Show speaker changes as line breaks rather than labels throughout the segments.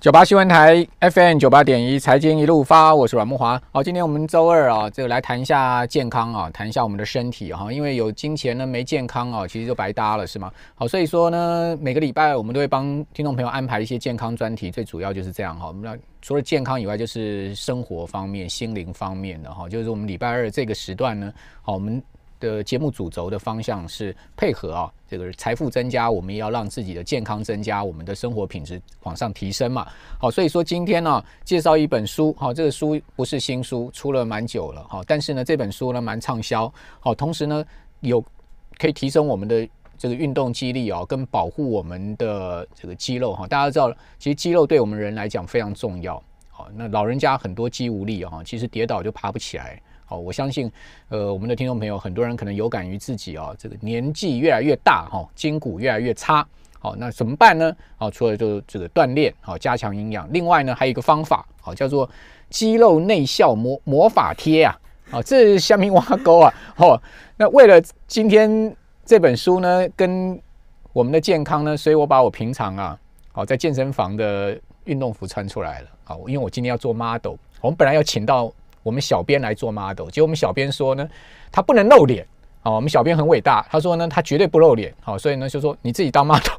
九八新闻台 FM 九八点一，财经一路发，我是阮木华。好，今天我们周二啊，这个来谈一下健康啊，谈一下我们的身体哈、因为有金钱呢，没健康啊，其实就白搭了，是吗？好，所以说呢，每个礼拜我们都会帮听众朋友安排一些健康专题，最主要就是这样哈、我们要除了健康以外，就是生活方面、心灵方面的哈、就是我们礼拜二这个时段呢，好，我们的节目主轴的方向是配合啊，这个财富增加，我们也要让自己的健康增加，我们的生活品质往上提升嘛。好，所以说今天呢、介绍一本书，好、这个书不是新书，出了蛮久了，好、但是呢，这本书呢蛮畅销，好、同时呢有可以提升我们的这个运动肌力哦，跟保护我们的这个肌肉哈、大家知道，其实肌肉对我们人来讲非常重要。好，那老人家很多肌无力啊、其实跌倒就爬不起来。好，我相信，呃，我们的听众朋友很多人可能有感于自己啊、这个年纪越来越大哈、筋骨越来越差。好，那怎么办呢？好，除了就这个锻炼，好，加强营养，另外呢，还有一个方法，好，叫做肌肉内效魔魔法贴啊。好，这是下面挖沟啊。哦，那为了今天这本书呢，跟我们的健康呢，所以我把我平常啊，好在健身房的运动服穿出来了。好，因为我今天要做 model，我们本来要请到我们小编来做 model，结果我们小编说呢，他不能露脸。好，我们小编很伟大，他说呢，他绝对不露脸。好，所以呢就说你自己当 model。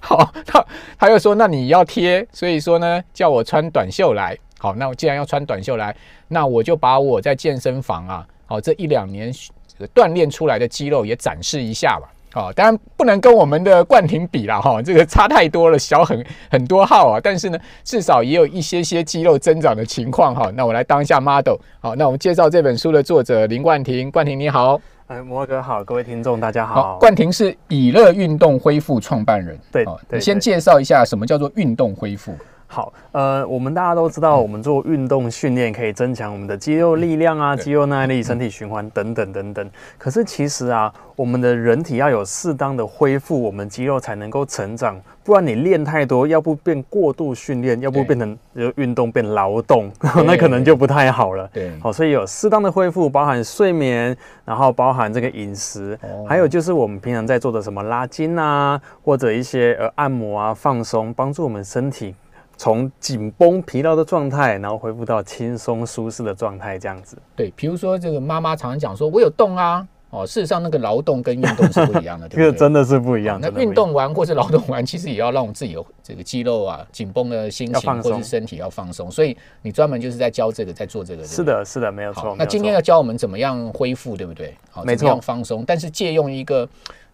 好， 他他又说那你要贴，所以说呢叫我穿短袖来。好，那我既然要穿短袖来，那我就把我在健身房啊，好、这一两年这个锻炼出来的肌肉也展示一下吧。好、当然不能跟我们的冠廷比啦，哈、这个差太多了，小很很多号啊。但是呢，至少也有一些些肌肉增长的情况哈、那我来当一下 model。好，那我们介绍这本书的作者林冠廷，冠廷你好，
哎，摩哥好，各位听众大家好。
冠廷是以乐运动恢复创办人。
对
好
对
你哦先
对
介绍一下什么叫做运动恢复。
好，呃，我们大家都知
嗯
道，我们做运动训练可以增强我们的肌肉力量啊、
嗯对
肌肉耐力、身体循环等等等等。可是其实啊，我们的人体要有适当的恢复，我们肌肉才能够成长。不然你练太多，要不变过度训练，要不
对
变成呃运动变劳动， 那
对
可能就不太好了。
对
好，所以有适当的恢复，包含睡眠，然后包含这个饮食，
哦
还有就是我们平常在做的什么拉筋啊，或者一些呃按摩啊、放松，帮助我们身体从紧绷疲劳的状态，然后恢复到轻松舒适的状态，这样子。
对，比如说这个妈妈常常讲说，我有动啊，哦，事实上那个劳动跟运动是不一样的，
这
对
个
不对？
真的是不一
哦
样，
那
真的不一
运
样
动完或是劳动完，其实也要让我们自己有这个肌肉啊紧绷的心
要
情，
放
或
松
是身体要放松。所以你专门就是在教这个，在做这个。对不
是
对，
的，是的，没有
好
错。没
那
有
今天
错
要教我们怎么样恢复，对不对？好，
没
怎么样
错
放松，但是借用一个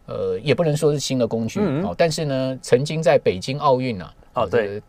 呃，也不能说是新的工具
嗯
哦，但是呢，曾经在北京奥运啊，
哦？
这个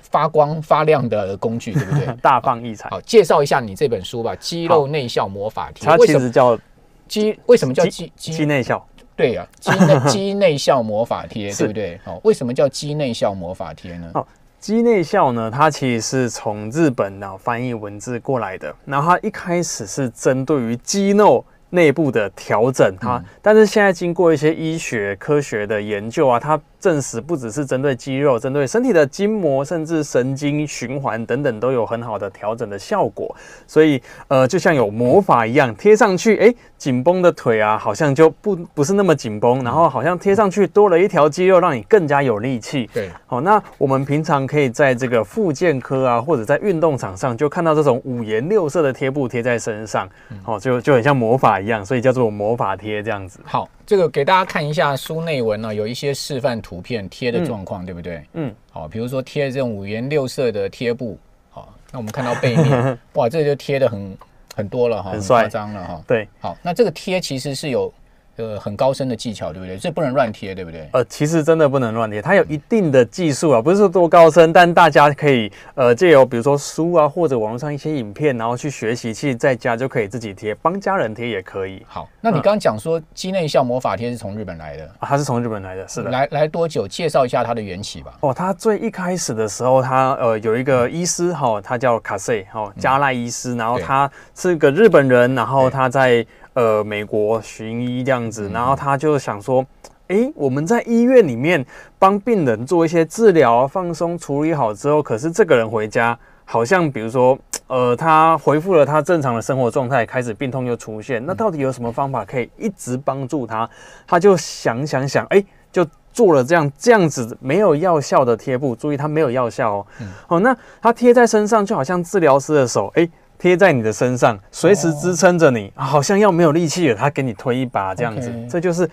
发光发亮的工具，对不对
大放异彩，
好，介绍一下你这本书吧，《肌肉内效魔法贴
它》。
为
其
什么
实叫
肌为什么叫肌
肌肌内效。
对 呀、啊，肌内肌内效魔法贴，
是
对不对？好、为什么叫肌内效魔法贴呢？
好鸡内孝呢，它其实是从日本呢翻译文字过来的。然后它一开始是针对于肌肉内部的调整它，但是现在经过一些医学科学的研究啊，它证实不只是针对肌肉，针对身体的筋膜，甚至神经循环等等都有很好的调整的效果。所以呃，就像有魔法一样，贴上去，哎，紧绷的腿啊，好像就不不是那么紧绷，然后好像贴上去多了一条肌肉，让你更加有力气。
对，
好，那我们平常可以在这个复健科啊，或者在运动场上，就看到这种五颜六色的贴布贴在身上，好、就就很像魔法一样，所以叫做魔法贴这样子。
好，这个给大家看一下书内文啊呢、有一些示范图片贴的状况，对不对？
嗯，
好、比如说贴这种五颜六色的贴布，好、那我们看到背 面，哇，这就贴的很很多了哈、
很
很
帅
夸张了哈、
对，
好，那这个贴其实是有呃很高深的技巧，对不对？这不能乱贴，对不对？
呃，其实真的不能乱贴，它有一定的技术啊，不是说多高深，但大家可以呃借由比如说书啊，或者网络上一些影片，然后去学习，其实在家就可以自己贴，帮家人贴也可以。
好，那你刚刚讲说肌内效魔法贴是从日本来的，
啊，它是从日本来的，是的。
来来多久？介绍一下它的缘起吧。
哦，他最一开始的时候，他呃有一个医师哈、他叫卡塞哈、加赖医师，然后
嗯对
他是个日本人，然后
对嗯
他在呃美国寻医这样子，然后他就想说，诶，我们在医院里面帮病人做一些治疗、放松、处理好之后，可是这个人回家好像比如说，呃，他恢复了他正常的生活状态，开始病痛又出现，那到底有什么方法可以一直帮助他？他就想想想，诶，就做了这样这样子没有药效的贴布，注意它没有药效哦。哦，那它贴在身上就好像治疗师的手，哎、贴在你的身上，随时支撑着你、啊好像要没有力气了，他给你推一把这样子
OK
这就是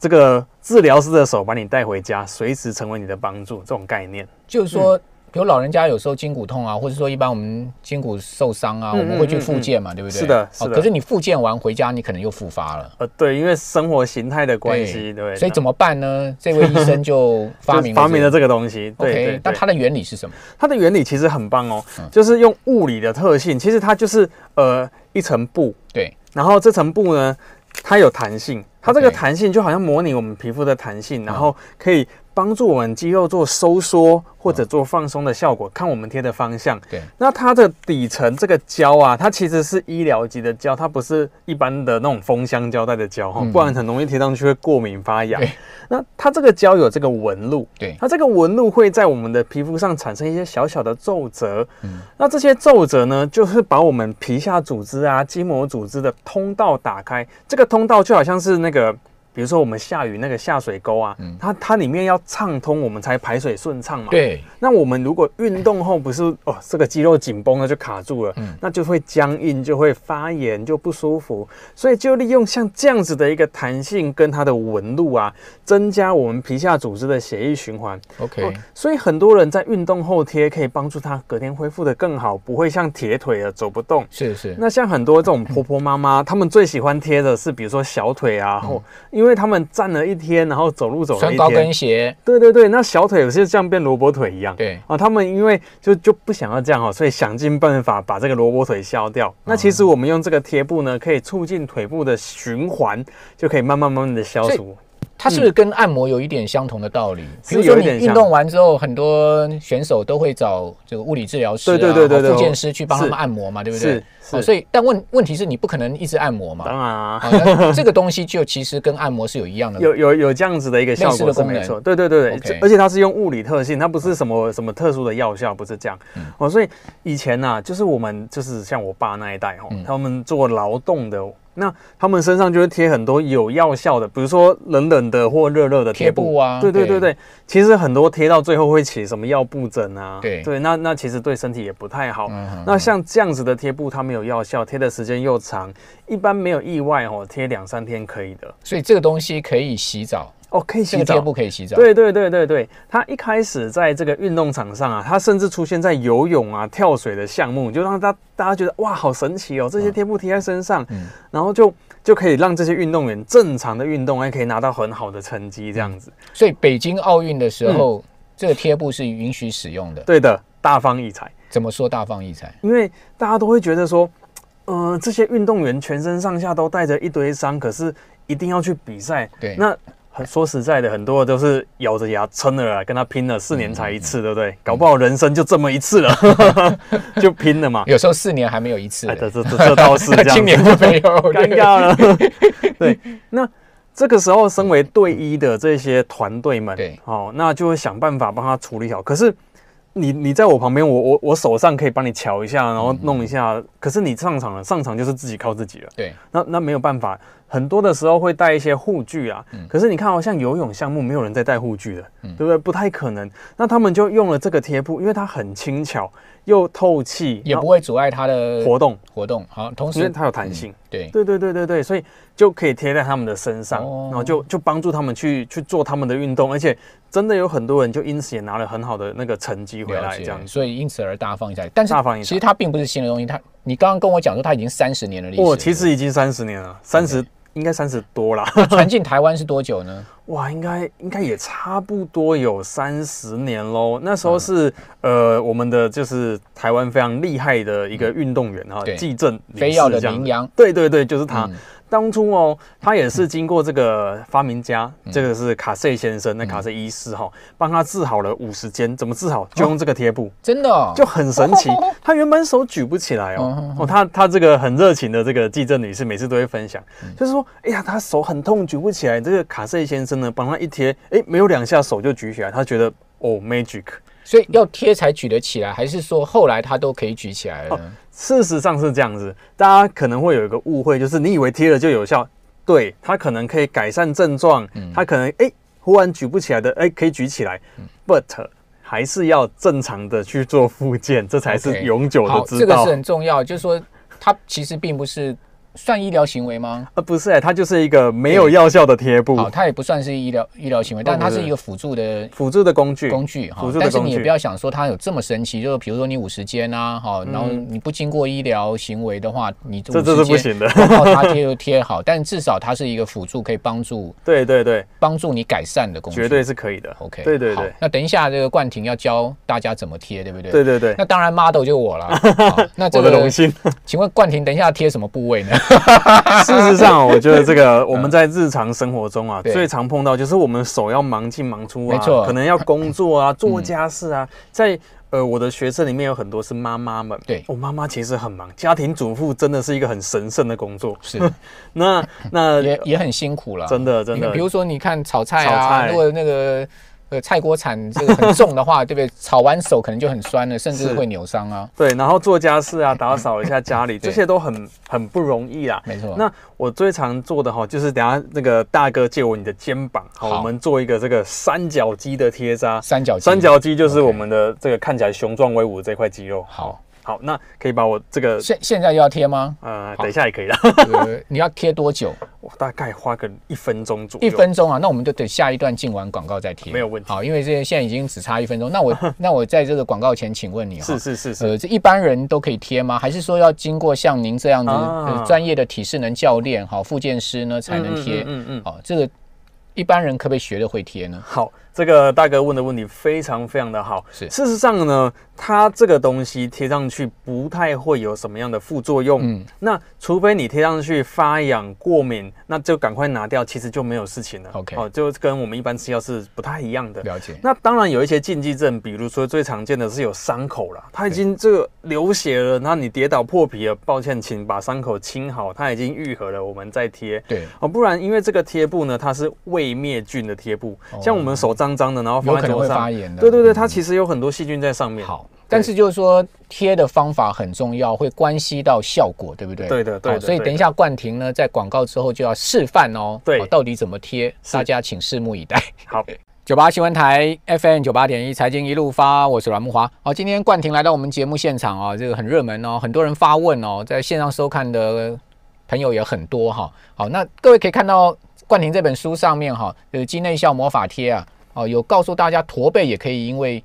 这个治疗师的手把你带回家，随时成为你的帮助这种概念。
就是说，比如老人家有时候筋骨痛啊，或者说一般我们筋骨受伤啊，
嗯
我们会去
嗯
复健嘛，对不对？
是的
哦
是的
可是你复健完回家，你可能又复发了。
呃，对，因为生活形态的关系，对，
所以怎
么
么办呢？这位医生就发 明
发明了
这
这个东西？
个。
对
OK，
对
那
对
它的原理是什么？
它的原理其实很棒哦，就是用物理的特性，其实它就是呃一层布，
对，
然后这层布呢，它有弹性，它这个
OK 嗯
弹性就好像模拟我们皮肤的弹性，然后可以帮助我们肌肉做收缩或者做放松的效果，看我们贴的方向。
对，
那它的底层这个胶啊，它其实是医疗级的胶，它不是一般的那种封箱胶带的胶哈，
嗯
不然很容易贴上去会过敏发痒
对。
那它这个胶有这个纹路，
对
它这个纹路会在我们的皮肤上产生一些小小的皱褶，
嗯
那这些皱褶呢，就是把我们皮下组织啊、筋膜组织的通道打开，这个通道就好像是那个。比如说我们下雨那个下水沟啊，
嗯
它它里面要畅通，我们才排水顺畅嘛。
对，
那我们如果运动后不是哦，这个肌肉紧绷了就卡住了，
嗯
那就会僵硬，就会发炎，就不舒服。所以就利用像这样子的一个弹性跟它的纹路啊，增加我们皮下组织的血液循环。
OK，、
哦所以很多人在运动后贴可以帮助他隔天恢复的更好，不会像铁腿啊了走不动。
是是，
那像很多这种婆婆妈妈，她们最喜欢贴的是，比如说小腿啊，后、因为她们站了一天，然后走路走了
穿
一
嗯高
天
跟，鞋，
对对对，那小腿有些像变萝卜腿一样。
对
啊，他们因为就就不想要这样哦，所以想尽办法把这个萝卜腿削掉。
嗯
那其实我们用这个贴布呢，可以促进腿部的循环，就可以慢慢慢慢的消
所以
除。
它是不是跟按摩有一点相同的道理？比
嗯是
如说
有一
你
点
运
像
动完之后，很多选手都会找这个物理治疗师、啊、
对对对对对
或复健师去帮他们
是
按摩嘛，对不对？
是是
哦所以，但问问题是你不可能一直按摩嘛。
当然啊，
啊，那这个东西就其实跟按摩是有一样的。
有有有这样子的一个效
嗯类
果
似的
是
功能
没错，对对对对
OK
而且它是用物理特性，它不是什么什么特殊的药效，不是这样、
嗯
哦。所以以前呐、就是我们就是像我爸那一代哦，
嗯
他们做劳动的，那他们身上就会贴很多有药效的，比如说冷冷的或热热的
贴布啊
对对
对
对对，其实很多贴到最后会起什么药布疹啊，
对
对，那那其实对身体也不太好。
嗯哼
那像这样子的贴布，它没有药效，贴的时间又长，一般没有意外哦，贴两三天可以的。
所以这个东西可以洗澡，
哦，可以
这
洗
个贴
澡，
布可以洗澡。，
对对对对对，他一开始在这个运动场上啊，他甚至出现在游泳啊、跳水的项目，就让大大家觉得哇，好神奇哦，这些贴布贴在身上，
嗯
然后就就可以让这些运动员正常的运动，还可以拿到很好的成绩，这样子。
所以北京奥运的时候，这个贴布是允许使用的。
嗯对的，大放异彩，
怎么说大放异彩？
因为大家都会觉得说，嗯、这些运动员全身上下都带着一堆伤，可是一定要去比赛，
对，
那很说实在的，很多都是咬着牙撑了啦，跟他拼了，四年才一
嗯
次，对不对？搞不好人生就这么一次 了，就拼了嘛。
有时候四年还没有一次
哎，，这这这这倒是这 样，
今年就没有，
尴
对
尬了。对，那这个时候，身为队医的这些团队们，
对
哦，那就会想办法帮他处理好。可是你你在我旁边，我我我手上可以帮你瞧一下，然后弄一下。
嗯
可是你上场了，上场就是自己靠自己了。
对，
那那没有办法，很多的时候会带一些护具啊。
嗯
可是你看、哦，像游泳项目没有人在带护具的，对不对？不太可能。那他们就用了这个贴布，因为它很轻巧又透气，
也
然
不
后
会阻碍他的
活动，
活动。好，同
因为
时
它有弹性。
对，
对对对对对，所以就可以贴在他们的身上，
哦
然后就就帮助他们去去做他们的运动，而且真的有很多人就因此也拿了很好的那个成绩回
了
来，
解
这样子。
所以因此而大放异彩。但是
大放异彩
其实它并不是新的东西，它你刚刚跟我讲说它已经三十年的历史了。
我哦 其实已经三十年了，三十应该三十多啦。
传进台湾是多久 呢？
哇，应该应该也差不多有三十年喽。那
嗯
时候是、呃，我们的就是台湾非常厉害的一个运动员哈
嗯对，
季正林
非要
氏
的
这样
羚
子
羊
对对对，就是他。
嗯
当初哦，他也是经过这个发明家，
嗯
这个是卡塞先生，那卡塞医师哈、帮他治好了五十间，怎么治好？就用这个贴布。
真的哦
就很 神奇。他原本手举不起来
嗯嗯
哦，哦，他他这个很热情的这个记者女士每次都会分享，就是说，哎呀，他手很痛，举不起来。这个卡塞先生呢，帮他一贴，哎，没有两下手就举起来，他觉得哦，magic。
所以要贴才举得起来，还是说后来它都可以举起来了 呢？
事实上是这样子，大家可能会有一个
嗯
误会，就是你以为贴了就有效，对，它可能可以改善症状，它可能哎。忽然举不起来的，哎，可以举起来、b u t 还是要正常的去做复健，这才是
OK，
永久的
好，
之道。
这个是很重要，就是说它其实并不是算医疗行为吗？
呃，不是、欸，它就是一个没有药效的贴布，
好，它也不算是医疗医疗行为，但它是一个辅助的
辅助的工具。
工具哈
辅助。的
但是
工
你也
具
不要想说它有这么神奇，就是比如说你五十肩啊，好，然后你不经过医疗行为的话，你
嗯这这是不行的
然后它贴又贴好，但至少它是一个辅助，可以帮助
对对对，
帮助你改善的工具。
绝对是可以的。
OK。
对对
好
对，
那等一下这个冠廷要教大家怎么贴，对不对？
对。对对，
那当然，model 就是我了。 好那这
我的荣
个，
幸。
请问冠廷，等一下贴什么部位呢？
事实上，哦我觉得这个我们在日常生活中啊，
嗯对
最常碰到就是我们手要忙进忙出啊，
没错嗯
可能要工作啊，做家事啊，在。呃，我的学生里面有很多是妈妈们，
对
我妈妈其实很忙，家庭主妇真的是一个很神圣的工作。
是，
那那
也也很辛苦了。
真的真
你
的
比，如说，你看炒菜
炒
啊，
菜
如果那个呃菜锅铲这个很重的话， 对不对？炒完手可能就很酸了，甚至
是
会扭伤啊。
对，然后做家事啊，打扫一下 家里，
对
这些都很很不容易啦。
没错。
那我最常做的哈，就是等下那个大哥借我你的肩膀，
好
好，我们做一个这个三角肌的贴扎。
三角肌
三角肌就是我
OK
们的这个看起来雄壮威武的这块肌肉。
好，
好，那可以把我这个
现现在又要贴 吗？
呃，
好
等一下也可以了，
呃，你要贴多久？
我大概花个一分钟左右。
一分钟啊，那我们就等下一段进完广告再贴，
没有问题
好，因为这现在已经只差一分钟，那 我那我在这个广告前，请问你哈
是，是是是，
呃，这一般人都可以贴吗？还是说要经过像您这样子
啊
呃专业的体适能教练、好复健师呢才能贴？
嗯嗯。
好，这个一般人可不可以学的会贴呢？
好，这个大哥问的问题非常非常的好。
是
事实上呢，它这个东西贴上去不太会有什么样的副作用。
嗯
那除非你贴上去发痒、过敏，那就赶快拿掉，其实就没有事情了。
OK
哦，就跟我们一般吃药是不太一样的。
了解。
那当然有一些禁忌症，比如说最常见的是有伤口啦，它已经这个流血了，那你跌倒破皮了，抱歉，请把伤口清好，它已经愈合了，我们再贴。
对，
哦，不然因为这个贴布呢，它是未灭菌的贴布，像我们手脏脏的，然后
哦有
放
可
在
能
桌
会发
上，
炎的。
对对对，
嗯
它其实有很多细菌在上面。，
好，但是就是说贴的方法很重要，会关系到效果，对不对？
对的对
好
的
所以
对
等一下冠廷呢，在广告之后就要示范哦，
对
好到底怎么贴，大家请拭目以待。
好，
九八新闻台 FM 九八点一财经一路发，我是阮木华。好，今天冠廷来到我们节目现场啊、这个很热门哦，很多人发问哦，在线上收看的朋友也很多哈、好，那各位可以看到冠廷这本书上面哈、呃，肌内效魔法贴啊，哦，有告诉大家驼背也可以因为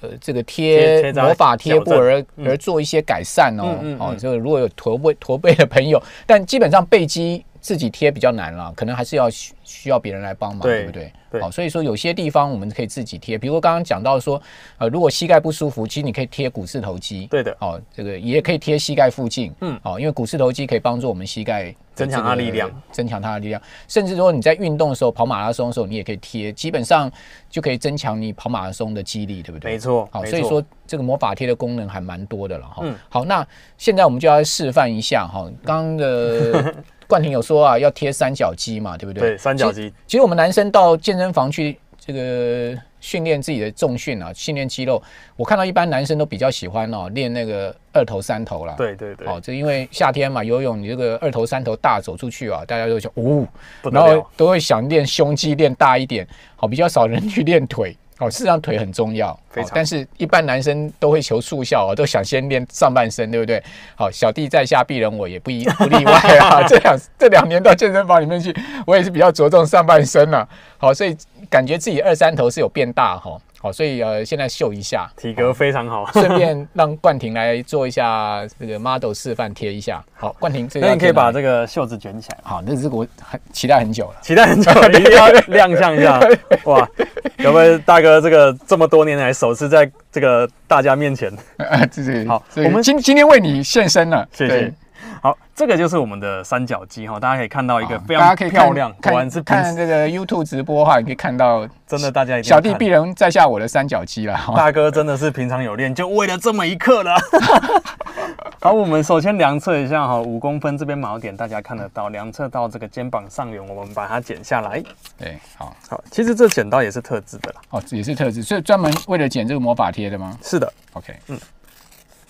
呃这个
贴
贴
贴扎
魔法贴布
矫正
而、
嗯
而做一些改善哦。
嗯嗯
哦，
嗯
这个如果有驼背驼背的朋友，但基本上背肌自己贴比较难了，可能还是要需需要别人来帮忙，
对
不对？
对
好，所以说有些地方我们可以自己贴，比如刚刚讲到说，呃，如果膝盖不舒服，其实你可以贴股四头肌。
对的，
哦，这个也可以贴膝盖附近，
嗯，
哦，因为股四头肌可以帮助我们膝盖的
增强
这个
它力量，
增强它的力量。甚至如果你在运动的时候跑马拉松的时候，你也可以贴，基本上就可以增强你跑马拉松的肌力，对不对？
没错，
好，
没
所以
错
说这个魔法贴的功能还蛮多的了哈。
嗯
好，那现在我们就要示范一下哈，刚刚 的冠廷有说啊，要贴三角肌嘛，对不对？
对三角
其实。
肌，
其实我们男生到健身房去这个训练自己的重训啊，训练肌肉，我看到一般男生都比较喜欢哦练那个二头三头啦。。
对对对，
哦，这因为夏天嘛，游泳你这个二头三头大走出去啊，大家都想哦，
不得
然后
了，
都会想练胸肌，练大一点，好，比较少人去练腿。哦，事实上腿很重要，
非
好
常
但是一般男生都会求速效哦，都想先练上半身，对不对？好，小弟在下鄙人我也不 一不例外啊。这两这两年到健身房里面去，我也是比较着重上半身了、啊好，所以感觉自己二三头是有变大哈、好，所以呃，现在秀一 下，
体格非常好。
顺便让冠廷来做一下这个 model 示范贴一下。好，冠廷，这个
那
要
你可以
贴哪
把
里
这个袖子卷起来，
好，那是我很期待很久了。
期待很久，一定 要亮相一下。 哇，有没有大哥这个这么多年来首次在这个大家面 前？
啊，这是
好
这
我们
今今天为你献身了，
谢
对
谢。好，这个就是我们的三角肌哈，大家可以看到一个
好
非
大
常
家可以看
漂亮，果
看
然是平
看这个 YouTube 直播的话，你可以看到
真的大家一定要
小弟
看
必然在下我的三角肌了。哈
大哥真的是平常有练，就为了这么一刻 了。好，我们首先量测一下哈，五公分这边锚点大家看得到，量测到这个肩膀上缘，我们把它剪下来。
对，好，
好，其实这剪刀也是特制的啦。
哦，这也是特质，所以专门为了剪这个魔法贴的吗
是的，
？OK，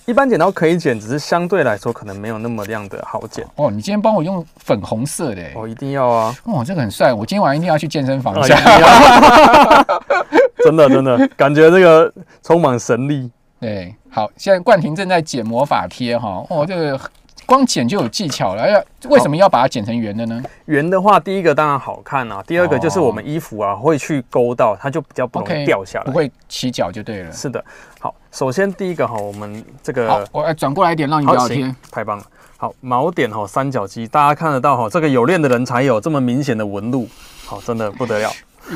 一般剪刀可以剪，只是相对来说可能没有那么样的好剪。
哦，你今天帮我用粉红色的、欸，
哦，一定要啊，
哇、这个很帅！我今天晚上一定要去健身房
啊
一
一
下。
定啊要， 真的真的感觉这个充满神力。
对，好，现在冠廷正在剪魔法贴哈，哦，这个光剪就有技巧了，要为什么要把它剪成圆的呢？
圆的话，第一个当然好看啊，第二个就是我们衣服啊会去勾到，它就比较不容
OK，
易掉下来。
不会起脚就对了。
是的，好，首先第一个哈，我们这
好
个，
我来转过来一点，让你聊
呃好
天
行。，太棒了。好，锚点哈，三角肌，大家看得到哈，这个有练的人才有这么明显的纹路，好，真的不得了。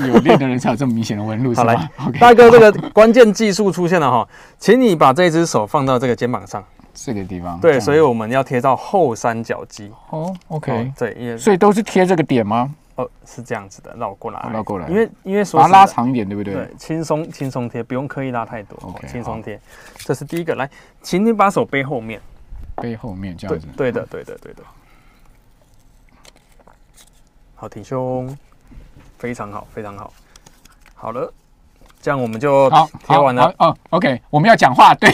有练的人才有这么明显的纹路，是
好
吧
来
？OK，
大哥，这个关键技术出现了哈，请你把这只手放到这个肩膀上，
这个地方。这
对，
样
所以我们要贴到后三角肌。
哦
哦
，OK，
对，因为
所以都是贴这个点吗？
哦是这样子的，绕过来，
哦绕过来
因为因为说
把它
实在
拉长一点，对不对？
对，轻松轻松贴，不用刻意拉太多
OK，，
轻
好
松贴。这是第一个，来，请你把手背后面。
背后面这
对
样子。
对的，对的，对的。好，挺胸，非常好，非常好。好了，这样我们就
好，
贴完了啊
好。好哦，OK，我们要讲话，对，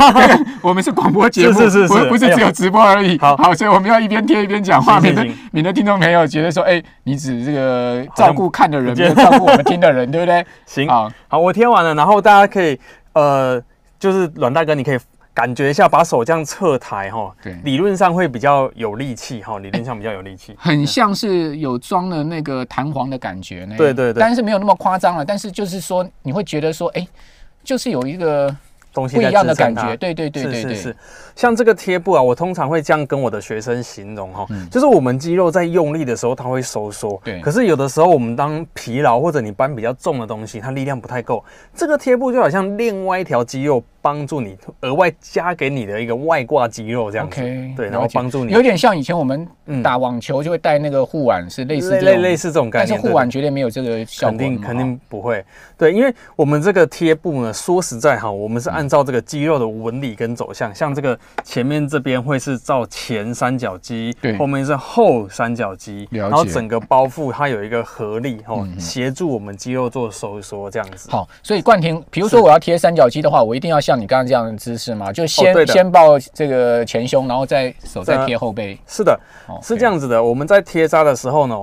我们是广播节目，
是是是
不
是
不是
哎呦
只有直播而已。
好
所以我们要一边贴一边讲话，
行
免
行
得
行
免得听众朋友觉得说，哎，你只这个
好像
照顾看的人，
不
没有
见
照顾我们听的人，对不 对？
行，
好，
好，我贴完了，然后大家可以，呃，就是阮大哥，你可以感觉一下，把手这样侧抬哈，
对
理论上会比较有力气哈，理论上比较有力气。
很像是有装了那个弹簧的感觉呢。
对对对
但是没有那么夸张了。但是就是说，你会觉得说，哎，就是有一个
东西
不一
在
样的
支撑
感
它
觉。对对对对
是是
对
是，像这个贴布啊，我通常会这样跟我的学生形容哈、就是我们肌肉在用力的时候，它会收缩。
嗯对
可是有的时候我们当疲劳或者你搬比较重的东西，它力量不太够，这个贴布就好像另外一条肌肉帮助你额外加给你的一个外挂肌肉这样子。
，OK，
对，然后
了解
帮助你
有点像以前我们
嗯
打网球就会带那个护腕，是类似
类
这
类
种
类似这种概
但是
念。
护
对
腕绝对没有这个效果那么
肯定
好，
肯定不会，对，因为我们这个贴布呢，说实在哈，我们是按照这个肌肉的纹理跟走向，像这个前面这边会是照前三角肌，
对
后面是后三角肌，
了解嗯
然后整个包覆它有一个合力哦，协助我们肌肉做收缩这样子。
好。所以冠廷，比如说我要贴三角肌的话，我一定要像你刚刚这样的姿势嘛，就先、
哦对的
先抱这个前胸，然后再手再
这
贴后背。
是的，
哦
是这。样子的，我们在贴扎的时候呢，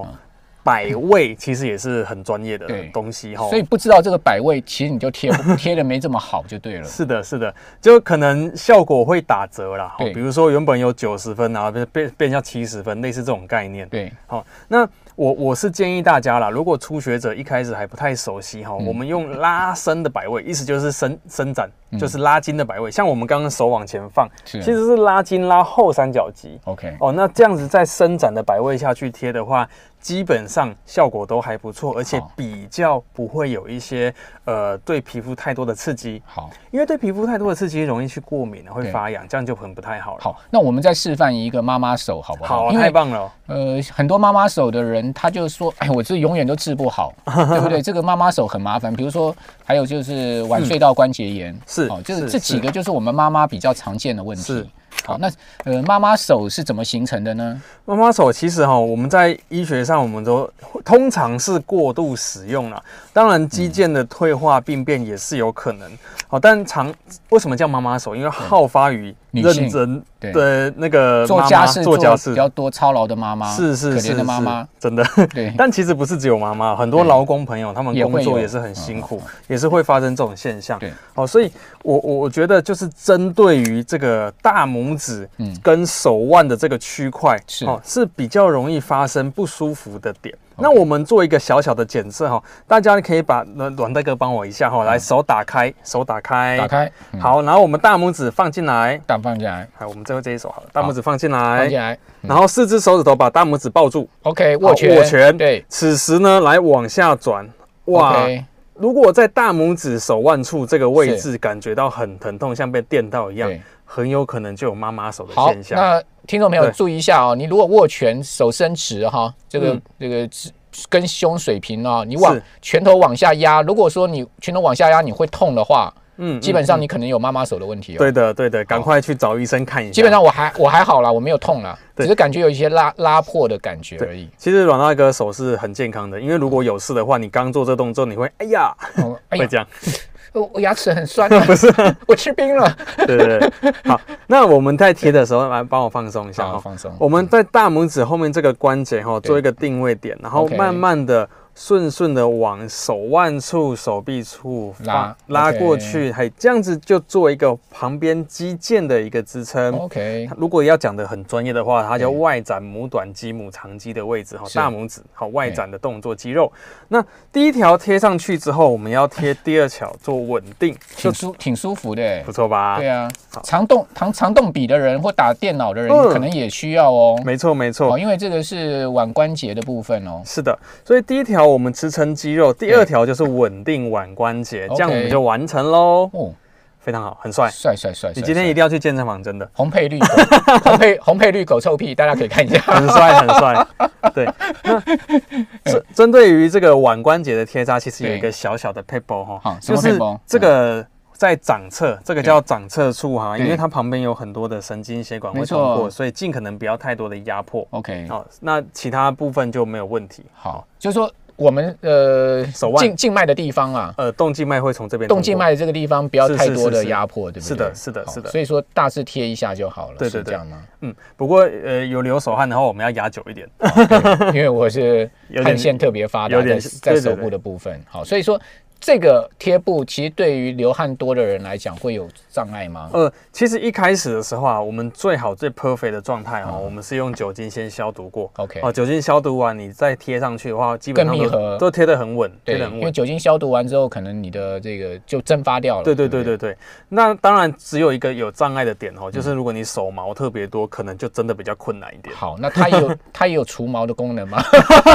摆位其实也是很专业的
嗯对
东西哦哈
OK，所以不知道这个摆位，其实你就贴不贴的没这么好就对了。
是的，是的，就可能效果会打折啦。好
对
比如说原本有九十分，然后变变变成七十分，类似这种概念。
对，
好，那我我是建议大家啦，如果初学者一开始还不太熟悉哈，
嗯
我们用拉伸的摆位，意思就是伸伸展，就是拉筋的摆位。像我们刚刚手往前放，
嗯是
其实是拉筋拉后三角肌。
OK，
哦，那这样子在伸展的摆位下去贴的话，基本上效果都还不错，而且
好
比较不会有一些呃对皮肤太多的刺激。
好
因为对皮肤太多的刺激容易去过敏，会
对
发痒，这样就很不太好了。
好，那我们再示范一个妈妈手好不好？
好，
因
太
为
棒了，
呃，很多妈妈手的人，他就说， 哎，我这永远都治不 好，对不对？这个妈妈手很麻烦。比如说，还有就是晚睡到关节炎，
是
哦，就是
是
这几个就是我们妈妈比较常见的问
是
题。好，那呃，妈妈手是怎么形成的呢？
妈妈手其实哈、我们在医学上我们都通常是过度使用了，当然肌腱的退化病变也是有可能。好、但常为什么叫妈妈手？因为好发于
嗯女性
认真
对
的那个
做
妈妈
家事
做家
比
事。
较多操劳的妈妈，
是是
可
是
怜的妈妈
是，真的。
对
但其实不是只有妈妈，很多
对
劳工朋友他们
也
工
会有
作也是很辛苦，也是会发生这种现象。
对，
好，所以我我我觉得就是针对于这个大拇指
嗯
跟手腕的这个区块，哦
是
是比较容易发生不舒服的点。那我们做一个小小的检测哈，大家可以把阮阮大哥帮我一下哈，来手打开，手打开，
嗯打。开，嗯，
好，然后我们大拇指放进来，
打放进来，
好，我们最后这一手好了，大
好
拇指放进
放
来
进，来
然后四只手指头把大拇指抱住，
，OK，
好
握拳，
啊握拳。
对，，
此时呢，来往下转，哇
OK，
如果在大拇指手腕处这个位
是
置感觉到很疼痛，像被电到一样
对，
很有可能就有妈妈手的
好
现，象。
那听众朋友
对
注意一下哦，你如果握拳手伸直哈，这个
嗯
这个直跟胸水平哦，你往
是
拳头往下压，如果说你拳头往下压你会痛的话，嗯，基本上你可能有妈妈手的问题哦。
对的，对的，赶快去找医生看一下。
基本上我还我还好啦，我没有痛啦，
对
只是感觉有一些拉拉破的感觉
对
而已。
其实阮大哥手是很健康的，因为如果有事的话，你刚做这动作，你会哎呀，
哦哎呀，
会
哦
这样。
我我牙齿很酸 啊，不是， 我吃冰了。
对对对，好，那我们在贴的时候，来帮我放松一下
好
哦
放松
我们在大拇指后面这个关节哈、哦，
对
做一个定位点，然后
OK
慢慢的顺顺的往手腕处、手臂处
拉
放拉
OK
过去，嘿，这样子就做一个旁边肌腱的一个支撑。
哦 OK，
如果要讲的很专业的话，它叫
对
外展母短肌、母长肌的位置哈，
是
大拇指好外展的动作肌肉。那第一条贴上去之后，我们要贴第二条做稳定，
挺舒挺舒服的欸
不。错吧？
对啊，常动常常动笔的人或打电脑的人，
嗯
可能也需要哦。
没错没错
哦，。因为这个是腕关节的部分哦。
是的，所以第一条我们支撑肌肉，第二条就是稳定腕关节，
OK
这样我们就完成喽。
哦，
非常好，很帅。
帅帅帅！
哎你
帅
今天
帅
一定要去健身房，真的
红配绿狗，红配红配绿狗臭屁，大家可以看一下。
很帅，很 帅。对，那针针对于这个腕关节的贴扎，其实有一个小小的 paper 哈
好，什
就
么
是
paper？
这个在掌侧，这个叫掌侧处哈，
对
因为它旁边有很多的神经血管会
没
通
错
过，所以尽可能不要太多的压迫。
OK，
好，那其他部分就没有问题。
好，就是说我们呃
手腕
静静脉的地方啊，
呃，动静脉会从这边
动静
通过
脉的这个地方不要
是
太
是
多
是
的
是
压迫，对不对？
是的是的
好
是的
所以说大致贴一下就好了，
对
是
对对
这样吗？
嗯，不过呃，有流手汗的话，我们要压久一点。
因为我是
有点
汗腺特别发达，
有点
在在
对对
手
对
部的部分。好，所以说这个贴布其实对于流汗多的人来讲会有障碍吗？
呃，其实一开始的时候啊，我们最好最 perfect 的状态
嗯
哦，我们是用酒精先消毒过。
OK
哦，酒精消毒完，你再贴上去的话，基本上
更密
都
合
都贴得很稳，贴
对，
得很
因为
稳。
酒精消毒完之后，可能你的这个就蒸发掉了。
对对对
不
对对，那当然只有一个有障碍的点
嗯
哦，就是如果你手毛特别多，可能就真的比较困难一 点。
好，那它也 有它也有除毛的功能吗？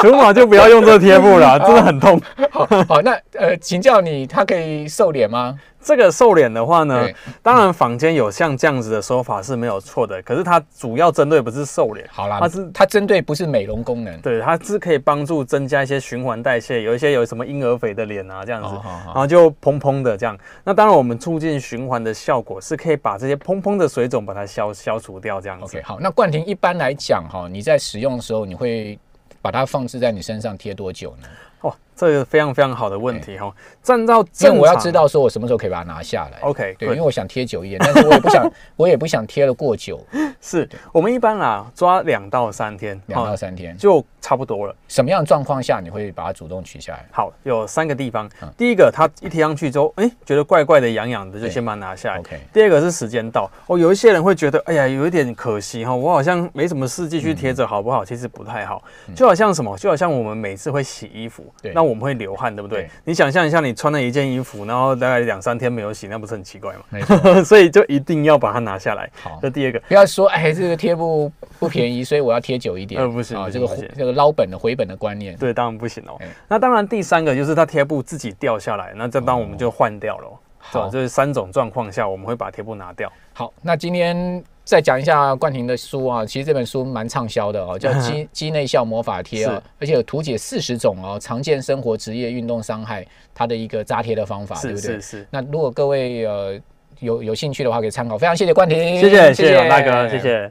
除毛啊就不要用这个贴布了，真的很痛。
好，那呃，请教你，它可以瘦脸 吗？
这个瘦脸的话呢
对，
当然坊间有像这样子的说法是没有错的，可是它主要针对不是瘦脸，
好啦，
它是
它针对不是美容功能。
对，它是可以帮助增加一些循环代谢，有一些有什么婴儿肥的脸啊这样子，
哦好好
然后就砰砰的这样。那当然，我们促进循环的效果是可以把这些砰砰的水肿把它消消除掉这样子。
OK，好，那冠廷一般来讲哈，你在使用的时候，你会把它放置在你身上贴多久呢？
哦，这个非常非常好的问题哦。站到
因
正
为
常，哦
我要知道说我什么时候可以把它拿下来。
OK，
对，
good
因为我想贴久一点，但是我也不 想，我也不想贴了过久，
是我们一般啦抓两到三天，
两到
哦
三天。
就差不多了。
什么样的状况下你会把它主动取下来
好，有三个地方。第一个，它一贴上去之后，哎、觉得怪怪的、痒痒的，就
嗯对
先把它拿下来。
？OK，
第二个是时间到哦，有一些人会觉得，哎呀，有一点可惜哈、我好像没什么事继续贴
嗯
着，好不好？其实不太好，就好像什么，就好像我们每次会洗衣服，
对
那我们会流汗，对不对？
对
你想象一下，你穿了一件衣服，然后大概两三天没有洗，那不是很奇怪吗？
没错。
所以就一定要把它拿下来。
好
这第二个，
不要说哎，这个贴布不便宜，所以我要贴久一点。
呃不行
啊，
不行
这个
不行
这个捞本的回本的观念。
对，当然不行哦。
哎
那当然第三个就是它贴布自己掉下来，那这当然我们就换掉了哦。
好
对就是三种状况下我们会把贴布拿掉。
好，那今天再讲一下冠廷的书啊，其实这本书蛮畅销的 哦，叫《肌肌内效魔法贴》
是
哦，而且有图解四十种哦常见生活、职业、运动伤害它的一个扎贴的方法，对
是
不
是
对？
是，
那如果各位呃有有兴趣的话，可以参考。非常谢谢冠廷，
谢谢谢谢王大哥，谢。谢。